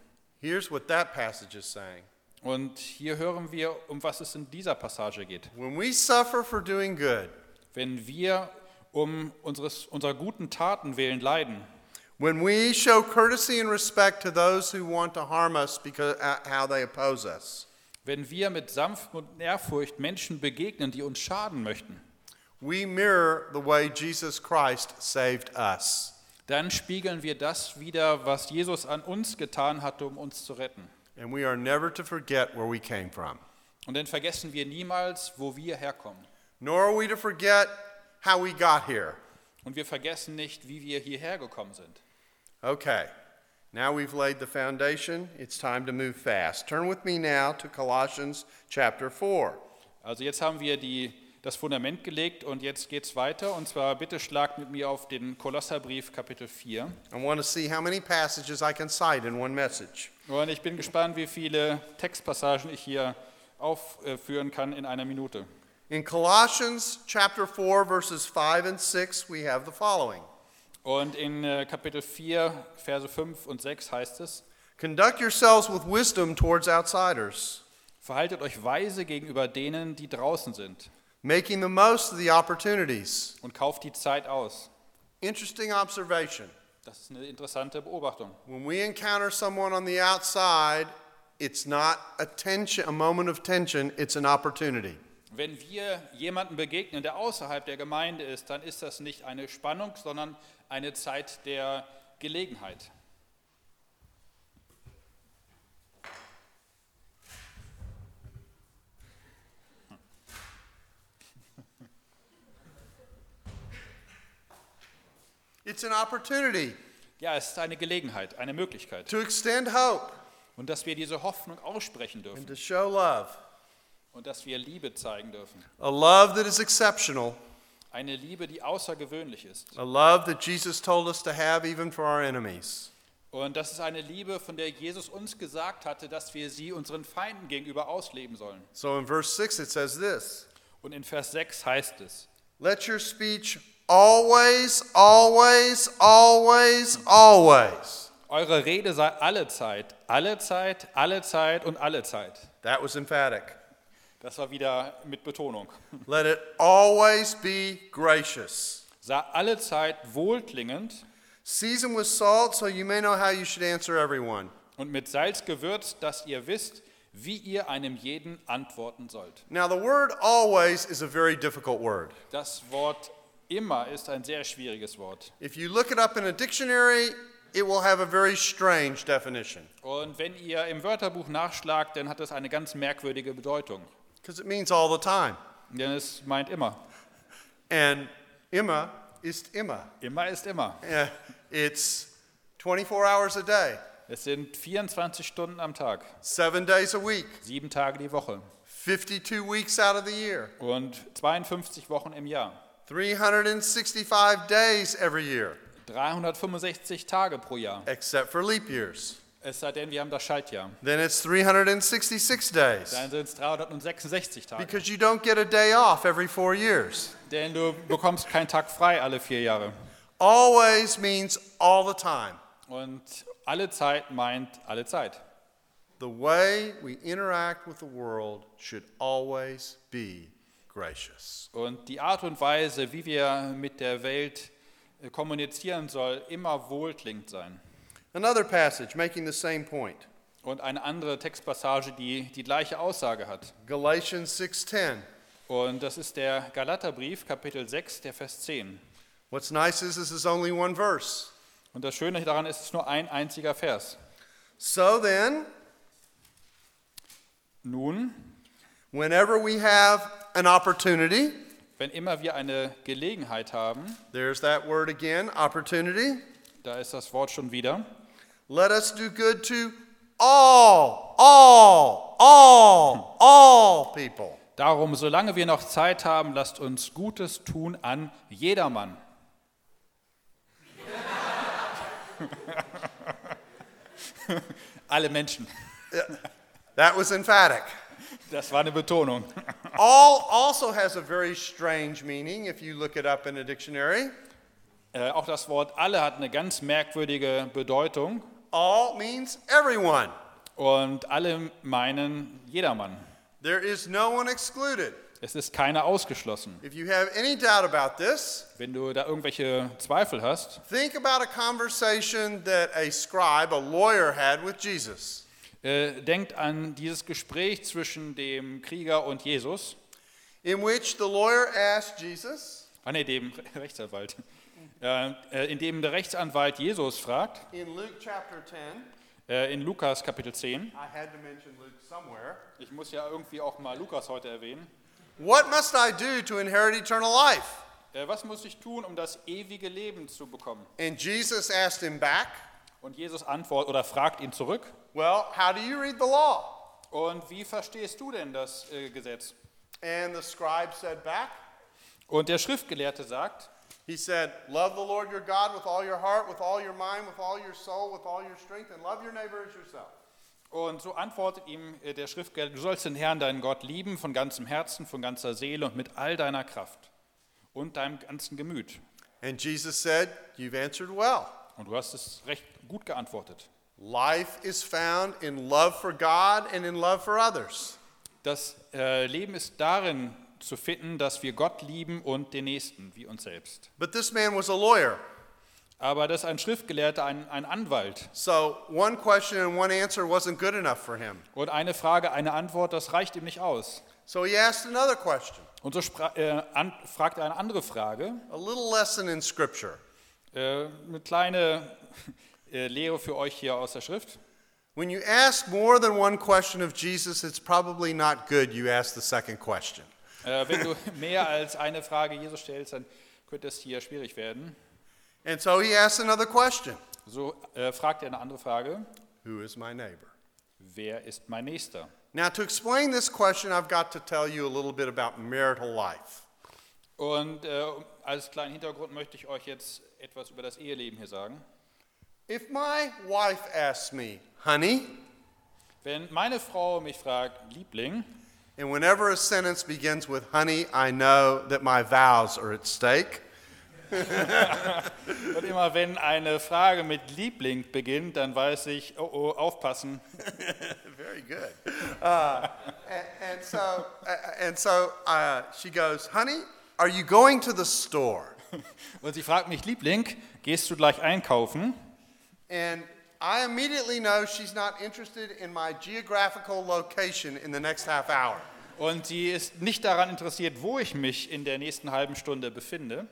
Speaker 1: Here's what that passage is saying.
Speaker 2: Und hier hören wir, um was es in dieser Passage geht.
Speaker 1: When we suffer for doing good,
Speaker 2: Wenn wir um unseres, unserer guten Taten willen leiden,
Speaker 1: when we show courtesy and respect to those who want to harm us because uh, how they oppose us,
Speaker 2: wenn wir mit Sanftmut und Ehrfurcht Menschen begegnen, die uns schaden möchten,
Speaker 1: we mirror the way Jesus Christ saved us.
Speaker 2: dann spiegeln wir das wider, was Jesus an uns getan hatte, um uns zu retten.
Speaker 1: And we are never to forget where we came from,
Speaker 2: Und dann vergessen wir niemals, wo wir herkommen.
Speaker 1: nor are we to forget how we got here.
Speaker 2: Und wir vergessen nicht, wie wir hierher gekommen sind.
Speaker 1: Okay, now we've laid the foundation. It's time to move fast. Turn with me now to Colossians chapter 4.
Speaker 2: Also jetzt haben wir die, das Fundament gelegt und jetzt geht's weiter. Und zwar bitte schlagt mit mir auf den Kolosserbrief Kapitel 4.
Speaker 1: I want to see how many passages I can cite in one message.
Speaker 2: Und ich bin gespannt, wie viele Textpassagen ich hier aufführen kann in einer Minute.
Speaker 1: In Colossians chapter 4, verses 5 and 6, we have the following
Speaker 2: Und in äh, Kapitel 4, Verse 5 und 6 heißt es,
Speaker 1: Conduct yourselves with wisdom towards outsiders,
Speaker 2: Verhaltet euch weise gegenüber denen, die draußen sind
Speaker 1: making the most of the opportunities.
Speaker 2: und kauft die Zeit aus.
Speaker 1: Interesting observation.
Speaker 2: Das ist eine interessante Beobachtung.
Speaker 1: When we encounter someone on the outside, it's not a tension, a moment of tension, it's an opportunity.
Speaker 2: Wenn wir jemandem begegnen, der außerhalb der Gemeinde ist, dann ist das nicht eine Spannung, sondern eine Zeit der Gelegenheit.
Speaker 1: It's an opportunity
Speaker 2: Ja, es ist eine Gelegenheit, eine Möglichkeit.
Speaker 1: to extend hope
Speaker 2: Und dass wir diese Hoffnung aussprechen
Speaker 1: and
Speaker 2: dürfen
Speaker 1: to show love.
Speaker 2: und dass wir Liebe zeigen dürfen.
Speaker 1: A love that is exceptional,
Speaker 2: Eine Liebe, die außergewöhnlich ist.
Speaker 1: a love that Jesus told us to have even for our enemies.
Speaker 2: Und das ist eine Liebe, von der Jesus uns gesagt hatte, dass wir sie unseren Feinden gegenüber ausleben sollen.
Speaker 1: So in verse 6, it says this
Speaker 2: Und in Vers 6 heißt es,
Speaker 1: Let your speech always, always, always, always.
Speaker 2: Eure Rede sei alle Zeit, alle Zeit, alle Zeit und alle Zeit.
Speaker 1: That was emphatic.
Speaker 2: Das war wieder mit Betonung.
Speaker 1: Let it always be gracious,
Speaker 2: Sei alle Zeit wohlklingend
Speaker 1: seasoned with salt, so you may know how you should answer everyone.
Speaker 2: und mit Salz gewürzt, dass ihr wisst, wie ihr einem jeden antworten sollt.
Speaker 1: Now, the word always is a very difficult word.
Speaker 2: Das Wort immer ist ein sehr schwieriges Wort.
Speaker 1: If you look it up in a dictionary, it will have a very strange definition
Speaker 2: Und wenn ihr im Wörterbuch nachschlagt, dann hat das eine ganz merkwürdige Bedeutung.
Speaker 1: because it means all the time.
Speaker 2: Denn es meint immer.
Speaker 1: And Emma is Emma.
Speaker 2: Immer ist immer.
Speaker 1: Eh, It's 24 hours a day,
Speaker 2: Es sind 24 Stunden am Tag,
Speaker 1: seven days a week,
Speaker 2: sieben Tage die Woche
Speaker 1: 52 weeks out of the year,
Speaker 2: und 52 Wochen im Jahr.
Speaker 1: 365 days every year,
Speaker 2: 365 Tage pro Jahr.
Speaker 1: except for leap years.
Speaker 2: Es sei denn, wir haben das Schaltjahr.
Speaker 1: Then it's 366 days
Speaker 2: Dann sind es 366 Tage.
Speaker 1: because you don't get a day off every four years.
Speaker 2: Denn du bekommst keinen Tag frei alle vier Jahre.
Speaker 1: Always means all the time.
Speaker 2: Und alle Zeit meint alle Zeit.
Speaker 1: The way we interact with the world should always be gracious.
Speaker 2: Und die Art und Weise, wie wir mit der Welt äh, kommunizieren soll, immer wohlklingend sein.
Speaker 1: Another passage making the same point.
Speaker 2: Und eine andere Textpassage, die die gleiche Aussage hat.
Speaker 1: Galatians 6:10.
Speaker 2: Und das ist der Galaterbrief, Kapitel 6, der Vers 10.
Speaker 1: What's nice is this is only one verse.
Speaker 2: Und das Schöne daran ist, es ist nur ein einziger Vers.
Speaker 1: So then,
Speaker 2: Nun,
Speaker 1: whenever we have an opportunity,
Speaker 2: wenn immer wir eine Gelegenheit haben,
Speaker 1: there's that word again, opportunity,
Speaker 2: da ist das Wort schon wieder,
Speaker 1: Let us do good to all, all, all, all people.
Speaker 2: Darum, solange wir noch Zeit haben, lasst uns Gutes tun an jedermann. Alle Menschen.
Speaker 1: That was emphatic.
Speaker 2: Das war eine Betonung.
Speaker 1: all also has a very strange meaning if you look it up in a dictionary.
Speaker 2: Äh, auch das Wort alle hat eine ganz merkwürdige Bedeutung.
Speaker 1: All means everyone.
Speaker 2: Und alle meinen jedermann.
Speaker 1: There is no one excluded.
Speaker 2: Es ist keiner ausgeschlossen.
Speaker 1: If you have any doubt about this,
Speaker 2: Wenn du da irgendwelche Zweifel hast,
Speaker 1: think about a conversation that a scribe, a lawyer, had with Jesus.
Speaker 2: äh, denkt an dieses Gespräch zwischen dem Krieger und Jesus.
Speaker 1: In which the lawyer asked Jesus,
Speaker 2: Ah ne, dem Rechtsanwalt. Äh, äh, indem der Rechtsanwalt Jesus fragt,
Speaker 1: in Luke chapter 10,
Speaker 2: äh, in Lukas Kapitel 10,
Speaker 1: I had to mention Luke somewhere.
Speaker 2: ich muss ja irgendwie auch mal Lukas heute erwähnen,
Speaker 1: What must I do to inherit eternal life?
Speaker 2: äh, was muss ich tun, um das ewige Leben zu bekommen?
Speaker 1: And Jesus asked him back,
Speaker 2: Und Jesus antwortet oder fragt ihn zurück,
Speaker 1: Well, how do you read the law?
Speaker 2: und wie verstehst du denn das äh, Gesetz?
Speaker 1: And the scribe said back,
Speaker 2: Und der Schriftgelehrte sagt,
Speaker 1: He said, Love the Lord your God with all your heart, with all your mind, with all your soul, with all your strength, and love your neighbor as yourself.
Speaker 2: und so antwortet ihm äh, der Schriftgelehrte, du sollst den Herrn, deinen Gott, lieben von ganzem Herzen, von ganzer Seele und mit all deiner Kraft und deinem ganzen Gemüt.
Speaker 1: And Jesus said, You've answered well.
Speaker 2: Und du hast es recht gut geantwortet.
Speaker 1: Life is found in love for God and in love for others.
Speaker 2: Das äh, Leben ist darin zu finden, dass wir Gott lieben und den Nächsten wie uns selbst.
Speaker 1: But this man was a lawyer.
Speaker 2: Aber das ist ein Schriftgelehrter, ein, ein Anwalt.
Speaker 1: So one question and one answer wasn't good enough for him.
Speaker 2: Und eine Frage, eine Antwort, das reicht ihm nicht aus.
Speaker 1: So he asked another question,
Speaker 2: Und so spra- äh, an, fragt er eine andere Frage,
Speaker 1: a little lesson in Scripture.
Speaker 2: äh, eine kleine äh, Lehre für euch hier aus der Schrift.
Speaker 1: When you ask more than one question of Jesus, it's probably not good you ask the second question.
Speaker 2: Äh, wenn du mehr als eine Frage Jesus stellst, dann könnte es hier schwierig werden.
Speaker 1: And so he asked another question
Speaker 2: So äh, fragt er eine andere Frage,
Speaker 1: Who is my neighbor?
Speaker 2: wer ist mein Nächster?
Speaker 1: Now, to explain this question, I've got to tell you a little bit about marital life.
Speaker 2: Und äh, als kleinen Hintergrund möchte ich euch jetzt etwas über das Eheleben hier sagen.
Speaker 1: If my wife asks me, honey,
Speaker 2: Wenn meine Frau mich fragt, Liebling,
Speaker 1: and whenever a sentence begins with honey, I know that my vows are at stake.
Speaker 2: und immer wenn eine Frage mit Liebling beginnt, dann weiß ich, oh oh, aufpassen.
Speaker 1: Very good. Uh, and, and so, uh, and so uh, she goes, honey, are you going to the store?
Speaker 2: Und sie fragt mich, Liebling, gehst du gleich einkaufen?
Speaker 1: And I immediately know she's not interested in my geographical location in the next half hour.
Speaker 2: Und sie ist nicht daran interessiert, wo ich mich in der nächsten halben Stunde befinde.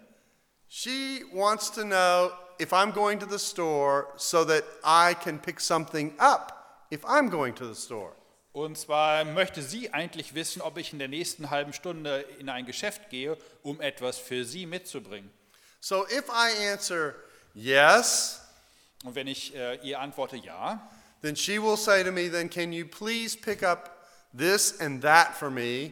Speaker 1: She wants to know if I'm going to the store so that I can pick something up if I'm going to the store.
Speaker 2: Und zwar möchte sie eigentlich wissen, ob ich in der nächsten halben Stunde in ein Geschäft gehe, um etwas für sie mitzubringen.
Speaker 1: So if I answer yes,
Speaker 2: Und wenn ich äh, ihr antworte ja,
Speaker 1: then she will say to me, then can you please pick up this and that for me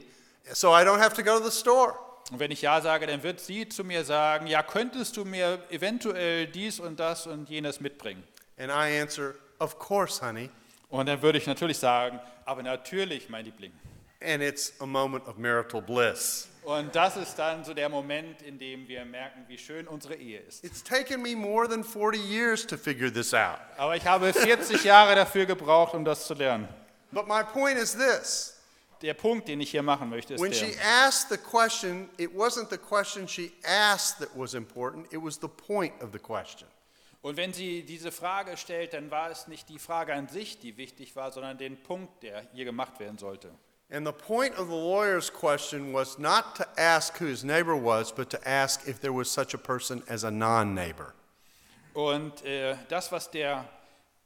Speaker 1: so I don't have to go to the store?
Speaker 2: und wenn ich ja sage, dann wird sie zu mir sagen, ja, könntest du mir eventuell dies und das und jenes mitbringen?
Speaker 1: And I answer, of course, honey.
Speaker 2: Und dann würde ich natürlich sagen, aber natürlich, mein Liebling.
Speaker 1: And it's a moment of marital bliss.
Speaker 2: Und das ist dann so der Moment, in dem wir merken, wie schön unsere Ehe ist.
Speaker 1: It's taken me more than 40 years to figure this out.
Speaker 2: Aber ich habe 40 Jahre dafür gebraucht, um das zu lernen.
Speaker 1: But my point is this.
Speaker 2: Der Punkt, den ich hier machen möchte, ist
Speaker 1: When
Speaker 2: der.
Speaker 1: she asked the question, it wasn't the question she asked that was important, it was the point of the question.
Speaker 2: Und wenn sie diese Frage stellt, dann war es nicht die Frage an sich, die wichtig war, sondern den Punkt, der hier gemacht werden sollte.
Speaker 1: And the point of the lawyer's question was not to ask who his neighbor was, but to ask if there was such a person as a non neighbor.
Speaker 2: Und äh, das, was der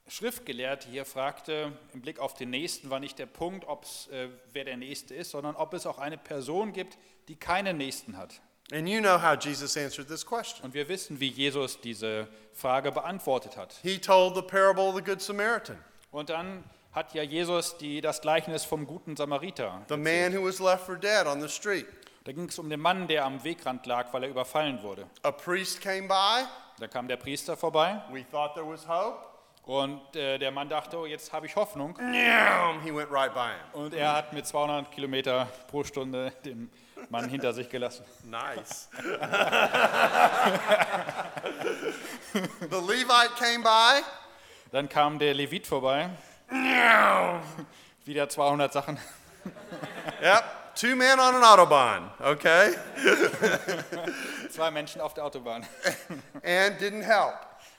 Speaker 2: Schriftgelehrte hier fragte, im Blick auf den Nächsten, war nicht der Punkt, ob's, äh, wer der Nächste ist, sondern ob es auch eine Person gibt, die keinen Nächsten hat.
Speaker 1: And you know how Jesus answered this question.
Speaker 2: Und wir wissen, wie Jesus diese Frage beantwortet hat.
Speaker 1: He told the parable of the Good Samaritan,
Speaker 2: Und dann hat ja Jesus die, das Gleichnis vom guten Samariter.
Speaker 1: the man who was left for dead on the street.
Speaker 2: Da ging es um den Mann, der am Wegrand lag, weil er überfallen wurde.
Speaker 1: A priest came by.
Speaker 2: Da kam der Priester vorbei
Speaker 1: We thought there was hope.
Speaker 2: und äh, der Mann dachte, oh, jetzt habe ich Hoffnung.
Speaker 1: Nyam! He went right by him.
Speaker 2: Und er hat mit 200 Kilometer pro Stunde den Mann hinter sich gelassen.
Speaker 1: Nice. the Levite came by.
Speaker 2: Dann kam der Levit vorbei,
Speaker 1: Nyam!
Speaker 2: wieder 200 Sachen.
Speaker 1: Yep, two men on an Autobahn, okay?
Speaker 2: Zwei Menschen auf der Autobahn.
Speaker 1: And didn't help.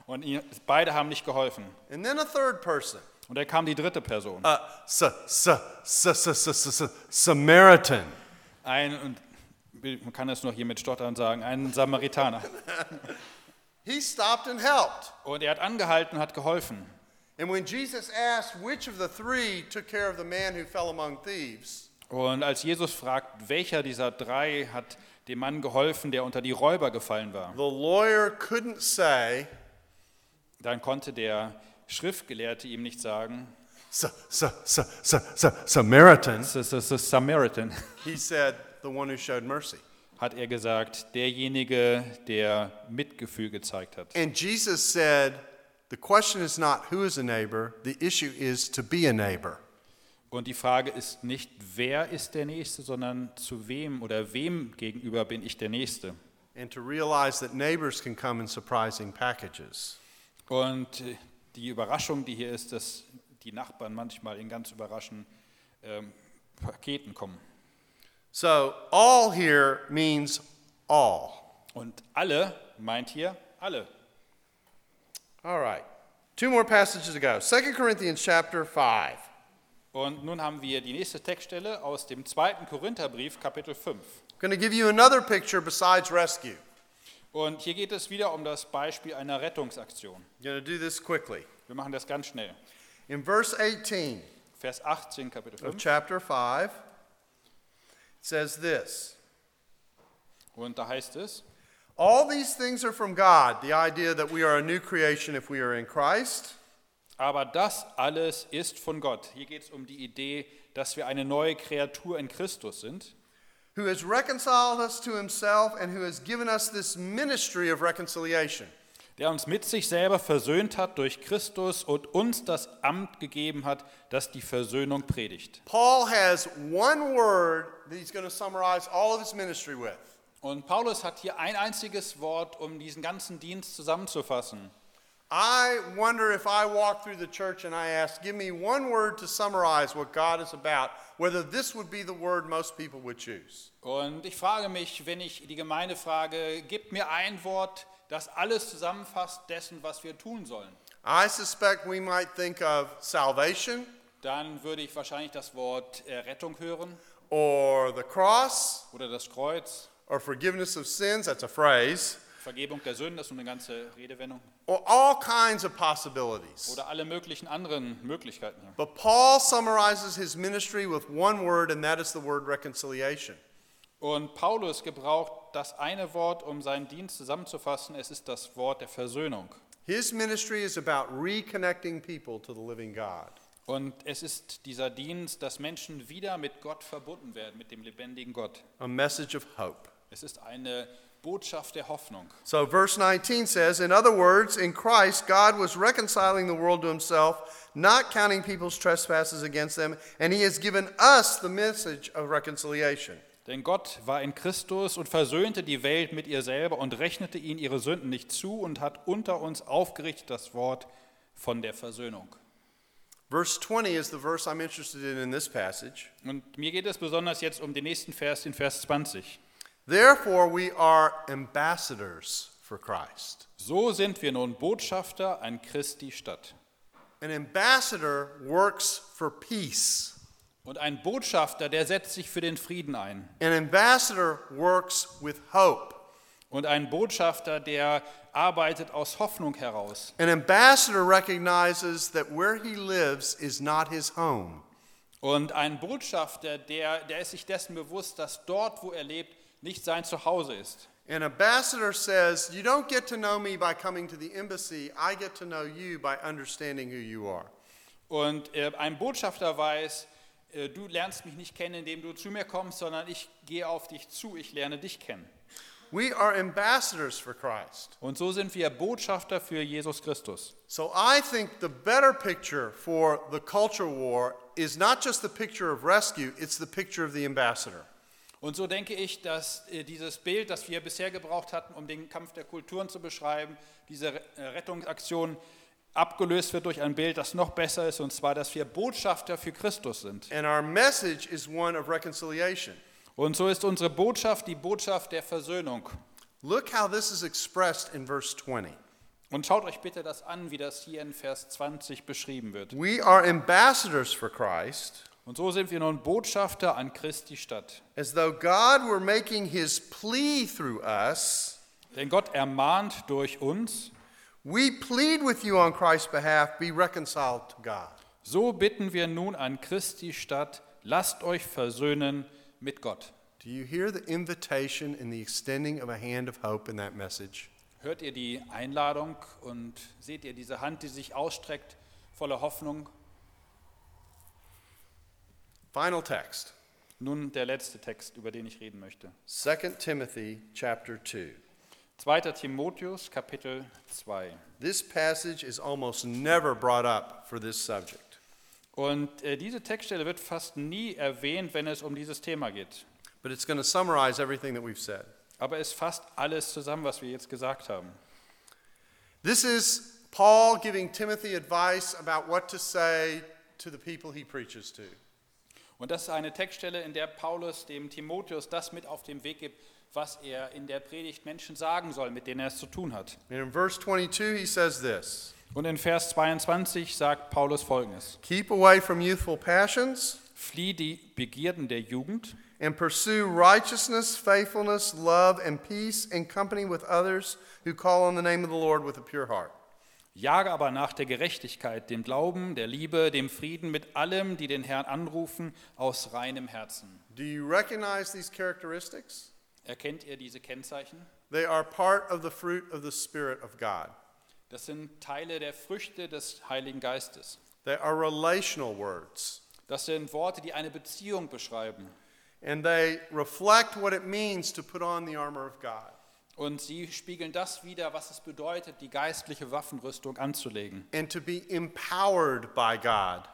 Speaker 2: Und ihr, beide haben nicht geholfen.
Speaker 1: And then a third person.
Speaker 2: Und dann kam die dritte Person.
Speaker 1: Uh, sa, sa, sa, sa, sa, sa, sa, Samaritan.
Speaker 2: Ein, und man kann das noch hier mit Stottern sagen, ein Samaritaner.
Speaker 1: He stopped and helped.
Speaker 2: Und er hat angehalten, hat geholfen.
Speaker 1: And when Jesus asked which of the three took care of the man who fell among thieves,
Speaker 2: Und als Jesus fragt, welcher dieser drei hat dem Mann geholfen, der unter die Räuber gefallen war,
Speaker 1: the lawyer couldn't say,
Speaker 2: dann konnte der Schriftgelehrte ihm nicht sagen,
Speaker 1: sa, sa, sa, sa, sa, Samaritan.
Speaker 2: "S- s- s- Samaritan,
Speaker 1: He said, the one who showed mercy.
Speaker 2: hat er gesagt, derjenige, der Mitgefühl gezeigt hat.
Speaker 1: And Jesus said, the question is not who is a neighbor, the issue is to be a neighbor.
Speaker 2: Und die Frage ist nicht, wer ist der Nächste, sondern zu wem oder wem gegenüber bin ich der Nächste.
Speaker 1: and to realize that neighbors can come in surprising packages.
Speaker 2: Und äh, die Überraschung, die hier ist, dass die Nachbarn manchmal in ganz überraschen, ähm, Paketen kommen.
Speaker 1: So, all here means all.
Speaker 2: Und alle meint hier alle.
Speaker 1: All right. Two more passages to go. 2 Corinthians chapter 5.
Speaker 2: Und nun haben wir die nächste Textstelle aus dem zweiten Korintherbrief, Kapitel 5.
Speaker 1: I'm going to give you another picture besides rescue.
Speaker 2: Und hier geht es wieder um das Beispiel einer Rettungsaktion.
Speaker 1: I'm going to do this quickly.
Speaker 2: Wir machen das ganz schnell.
Speaker 1: In verse 18
Speaker 2: Vers 18, Kapitel
Speaker 1: of
Speaker 2: 5.
Speaker 1: chapter 5, it says this.
Speaker 2: Und da heißt es,
Speaker 1: All these things are from God, the idea that we are a new creation if we are in Christ.
Speaker 2: aber das alles ist von Gott. Hier geht es um die Idee, dass wir eine neue Kreatur in Christus sind,
Speaker 1: who has reconciled us to himself and who has given us this ministry of reconciliation.
Speaker 2: der uns mit sich selber versöhnt hat durch Christus und uns das Amt gegeben hat, das die Versöhnung predigt.
Speaker 1: Paul has one word that he's going to summarize all of his ministry with.
Speaker 2: Und Paulus hat hier ein einziges Wort, um diesen ganzen Dienst zusammenzufassen.
Speaker 1: I wonder if I walk through the church and I ask, give me one word to summarize what God is about, whether this would be the word most people would choose.
Speaker 2: Und ich frage mich, wenn ich die Gemeinde frage, gib mir ein Wort, das alles zusammenfasst dessen, was wir tun sollen.
Speaker 1: I suspect we might think of salvation
Speaker 2: Dann würde ich wahrscheinlich das Wort äh, Rettung hören
Speaker 1: or the cross
Speaker 2: oder das Kreuz,
Speaker 1: or forgiveness of sins, that's a phrase,
Speaker 2: Vergebung der Sünden, das ist so eine ganze Redewendung,
Speaker 1: or all kinds of possibilities.
Speaker 2: oder alle möglichen anderen Möglichkeiten hier.
Speaker 1: But Paul summarizes his ministry with one word, and that is the word reconciliation.
Speaker 2: Und Paulus gebraucht das eine Wort, um seinen Dienst zusammenzufassen, es ist das Wort der Versöhnung.
Speaker 1: His ministry is about reconnecting people to the living God.
Speaker 2: Und es ist dieser Dienst, dass Menschen wieder mit Gott verbunden werden, mit dem lebendigen Gott.
Speaker 1: A message of hope.
Speaker 2: Es ist eine Botschaft der Hoffnung.
Speaker 1: So, verse 19 says, In other words, in Christ, God was reconciling the world to himself, not counting people's trespasses against them, and he has given us the message of reconciliation.
Speaker 2: Denn Gott war in Christus und versöhnte die Welt mit ihr selber und rechnete ihnen ihre Sünden nicht zu und hat unter uns aufgerichtet das Wort von der Versöhnung.
Speaker 1: Verse 20 is the verse I'm interested in in this passage.
Speaker 2: Und mir geht es besonders jetzt um den nächsten Vers, den Vers 20.
Speaker 1: Therefore, we are ambassadors for Christ.
Speaker 2: So sind wir nun Botschafter an Christi Stadt.
Speaker 1: An ambassador works for peace.
Speaker 2: Und ein Botschafter, der setzt sich für den Frieden ein.
Speaker 1: An ambassador works with hope.
Speaker 2: Und ein Botschafter, der arbeitet aus Hoffnung heraus.
Speaker 1: An ambassador recognizes that where he lives is not his home.
Speaker 2: Und ein Botschafter, der, der ist sich dessen bewusst, dass dort, wo er lebt, nicht sein Zuhause ist.
Speaker 1: An ambassador says, You don't get to know me by coming to the embassy. I get to know you by understanding who you are.
Speaker 2: Und äh, ein Botschafter weiß, äh, du lernst mich nicht kennen, indem du zu mir kommst, sondern ich gehe auf dich zu, ich lerne dich kennen.
Speaker 1: We are ambassadors for Christ.
Speaker 2: Und so sind wir Botschafter für Jesus Christus.
Speaker 1: So I think the better picture for the culture war is not just the picture of rescue, it's the picture of the ambassador.
Speaker 2: Und so denke ich, dass äh, dieses Bild, das wir bisher gebraucht hatten, um den Kampf der Kulturen zu beschreiben, diese Re- äh, Rettungsaktion abgelöst wird durch ein Bild, das noch besser ist, und zwar, dass wir Botschafter für Christus sind.
Speaker 1: And our message is one of reconciliation.
Speaker 2: Und so ist unsere Botschaft die Botschaft der Versöhnung.
Speaker 1: Look how this is expressed in verse 20.
Speaker 2: Und schaut euch bitte das an, wie das hier in Vers 20 beschrieben wird.
Speaker 1: We are ambassadors for Christ,
Speaker 2: Und so sind wir nun Botschafter an Christi Stadt.
Speaker 1: as though God were making his plea through us.
Speaker 2: Denn Gott ermahnt durch uns,
Speaker 1: We plead with you on Christ's behalf, be reconciled to God.
Speaker 2: so bitten wir nun an Christi Stadt, lasst euch versöhnen mit Gott.
Speaker 1: Do you hear the invitation and the extending of a hand of hope in that message?
Speaker 2: Hört ihr die Einladung und seht ihr diese Hand, die sich ausstreckt, voller Hoffnung?
Speaker 1: Final text
Speaker 2: Nun der letzte Text, über den ich reden möchte.
Speaker 1: 2 Timothy chapter 2.
Speaker 2: 2. Timotheus, Kapitel 2.
Speaker 1: This passage is almost never brought up for this subject.
Speaker 2: Und äh, diese Textstelle wird fast nie erwähnt, wenn es um dieses Thema geht.
Speaker 1: But it's going to summarize everything that we've said.
Speaker 2: Aber es fasst alles zusammen, was wir jetzt gesagt haben.
Speaker 1: This is Paul giving Timothy advice about what to say to the people he preaches to.
Speaker 2: Und das ist eine Textstelle, in der Paulus dem Timotheus das mit auf den Weg gibt, was er in der Predigt Menschen sagen soll, mit denen er es zu tun hat.
Speaker 1: And in verse 22, he says this
Speaker 2: Und in Vers 22 sagt Paulus folgendes:
Speaker 1: Keep away from youthful passions
Speaker 2: Flieh die Begierden der Jugend
Speaker 1: and pursue righteousness, faithfulness, love, and peace in company with others who call on the name of the Lord with a pure heart.
Speaker 2: Jage aber nach der Gerechtigkeit, dem Glauben, der Liebe, dem Frieden mit allem, die den Herrn anrufen, aus reinem Herzen.
Speaker 1: Do you recognize these characteristics?
Speaker 2: Erkennt ihr diese Kennzeichen?
Speaker 1: They are part of the fruit of the Spirit of God.
Speaker 2: Das sind Teile der Früchte des Heiligen Geistes.
Speaker 1: They are relational words,
Speaker 2: Das sind Worte, die eine Beziehung beschreiben.
Speaker 1: and they reflect what it means to put on the armor of God.
Speaker 2: Und sie spiegeln das wider, was es bedeutet, die geistliche Waffenrüstung anzulegen
Speaker 1: and to be empowered by God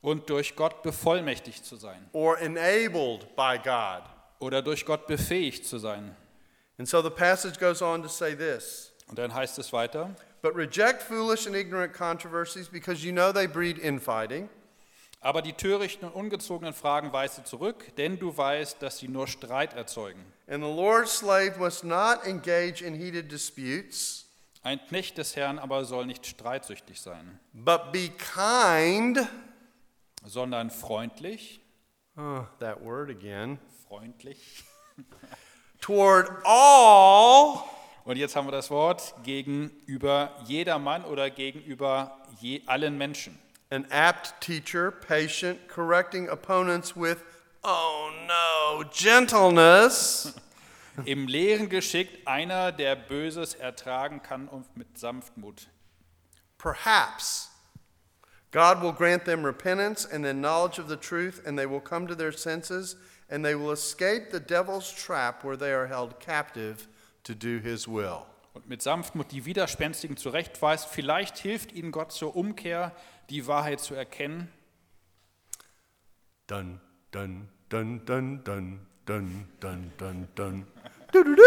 Speaker 2: und durch Gott bevollmächtigt zu sein
Speaker 1: or enabled by God.
Speaker 2: oder durch Gott befähigt zu sein.
Speaker 1: And so the passage goes on to say this
Speaker 2: Und dann heißt es weiter,
Speaker 1: But reject foolish and ignorant controversies because you know they breed infighting.
Speaker 2: aber die törichten und ungezogenen Fragen weise zurück, denn du weißt, dass sie nur Streit erzeugen.
Speaker 1: And the Lord's slave must not engage in heated disputes,
Speaker 2: Ein Knecht des Herrn aber soll nicht streitsüchtig sein,
Speaker 1: but be kind.
Speaker 2: sondern freundlich,
Speaker 1: Oh, that word again.
Speaker 2: freundlich.
Speaker 1: Toward all,
Speaker 2: Und jetzt haben wir das Wort gegenüber jedermann oder gegenüber je allen Menschen.
Speaker 1: an apt teacher, patient, correcting opponents with, oh no, gentleness.
Speaker 2: Im Lehren geschickt einer, der Böses ertragen kann und mit Sanftmut.
Speaker 1: Perhaps God will grant them repentance and then knowledge of the truth, and they will come to their senses, and they will escape the devil's trap where they are held captive to do his will.
Speaker 2: Und mit Sanftmut die Widerspenstigen zurechtweist. Vielleicht hilft ihnen Gott zur Umkehr, die Wahrheit zu erkennen.
Speaker 1: Dun, dun, dun, dun, dun, dun, dun, dun, dun. Doo-doo-doo!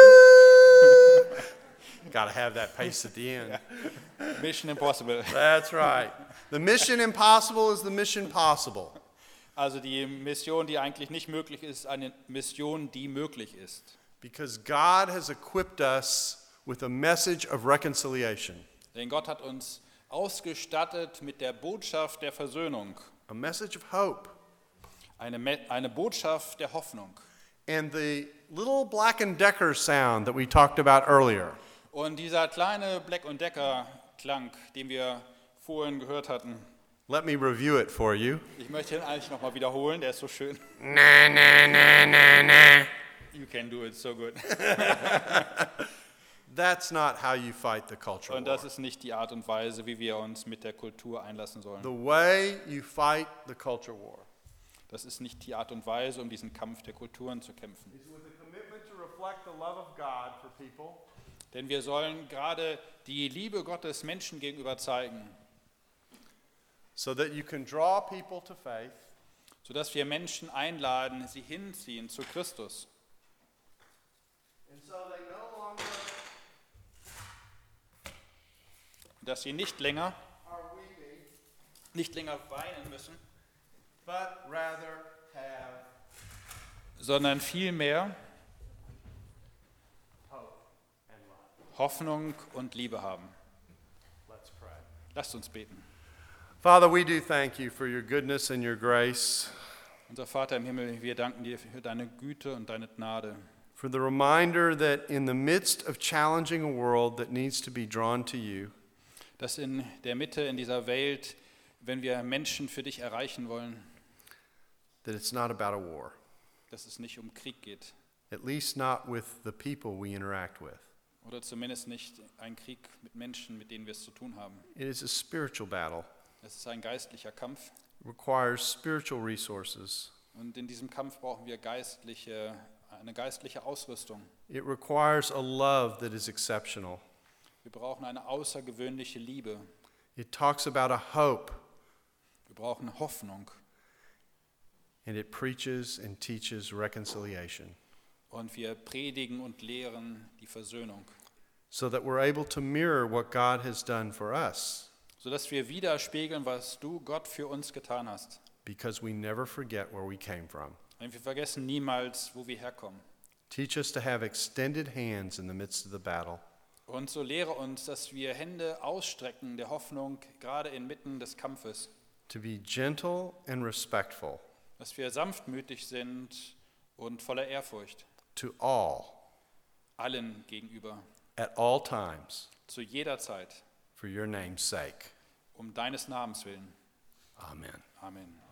Speaker 1: Gotta have that pace at the end.
Speaker 2: Mission Impossible.
Speaker 1: That's right. The mission impossible is the mission possible.
Speaker 2: Also die Mission, die eigentlich nicht möglich ist, eine Mission, die möglich ist.
Speaker 1: Because God has equipped us with a message of reconciliation.
Speaker 2: Denn Gott hat uns ausgestattet mit der Botschaft der Versöhnung,
Speaker 1: a message of hope.
Speaker 2: eine, Me- eine Botschaft der Hoffnung.
Speaker 1: And the little black and decker sound that we talked about earlier
Speaker 2: Und dieser kleine Black Decker Klang, den wir vorhin gehört hatten,
Speaker 1: let me review it for you.
Speaker 2: ich möchte ihn eigentlich nochmal wiederholen, der ist so schön. You can do it so good.
Speaker 1: That's not how you fight the culture.
Speaker 2: Und
Speaker 1: war.
Speaker 2: das ist nicht die Art und Weise, wie wir uns mit der Kultur einlassen sollen.
Speaker 1: The way you fight the culture war
Speaker 2: Das ist nicht die Art und Weise, um diesen Kampf der Kulturen zu kämpfen.
Speaker 1: is with a commitment to reflect the love of God for people
Speaker 2: Denn wir sollen gerade die Liebe Gottes Menschen gegenüber zeigen,
Speaker 1: so that you can draw people to faith
Speaker 2: sodass wir Menschen einladen, sie hinziehen zu Christus.
Speaker 1: and so they no longer
Speaker 2: Und dass sie nicht länger,
Speaker 1: are weeping
Speaker 2: nicht länger weinen müssen,
Speaker 1: but rather have
Speaker 2: sondern vielmehr
Speaker 1: hope and love.
Speaker 2: Hoffnung und Liebe haben.
Speaker 1: Let's pray.
Speaker 2: Lasst uns beten.
Speaker 1: Father, we do thank you for your goodness and your grace.
Speaker 2: Unser Vater im Himmel, wir danken dir für deine Güte und deine Gnade.
Speaker 1: for the reminder that in the midst of challenging a world that needs to be drawn to you,
Speaker 2: Dass in der Mitte, in dieser Welt, wenn wir Menschen für dich erreichen wollen,
Speaker 1: that it's not about a war,
Speaker 2: dass es nicht um Krieg geht.
Speaker 1: at least not with the people we interact with.
Speaker 2: Oder zumindest nicht ein Krieg mit Menschen, mit denen wir es zu tun haben.
Speaker 1: It is a spiritual battle,
Speaker 2: Es ist ein geistlicher Kampf.
Speaker 1: it requires spiritual resources,
Speaker 2: Und in diesem Kampf brauchen wir geistliche, eine geistliche Ausrüstung.
Speaker 1: it requires a love that is exceptional.
Speaker 2: Wir brauchen eine außergewöhnliche Liebe.
Speaker 1: It talks about a hope,
Speaker 2: Wir brauchen Hoffnung.
Speaker 1: and it preaches and teaches reconciliation
Speaker 2: Und wir predigen und lehren die Versöhnung,
Speaker 1: so that we're able to mirror what God has done for us
Speaker 2: sodass wir widerspiegeln, was du, Gott, für uns getan hast.
Speaker 1: because we never forget where we came from.
Speaker 2: Denn wir vergessen niemals, wo wir herkommen.
Speaker 1: Teach us to have extended hands in the midst of the battle,
Speaker 2: Und so lehre uns, dass wir Hände ausstrecken der Hoffnung, gerade inmitten des Kampfes.
Speaker 1: to be gentle and respectful
Speaker 2: Dass wir sanftmütig sind und voller Ehrfurcht
Speaker 1: to all
Speaker 2: allen gegenüber,
Speaker 1: at all times
Speaker 2: zu jeder Zeit,
Speaker 1: for your name's sake.
Speaker 2: um deines Namens willen.
Speaker 1: Amen.
Speaker 2: Amen.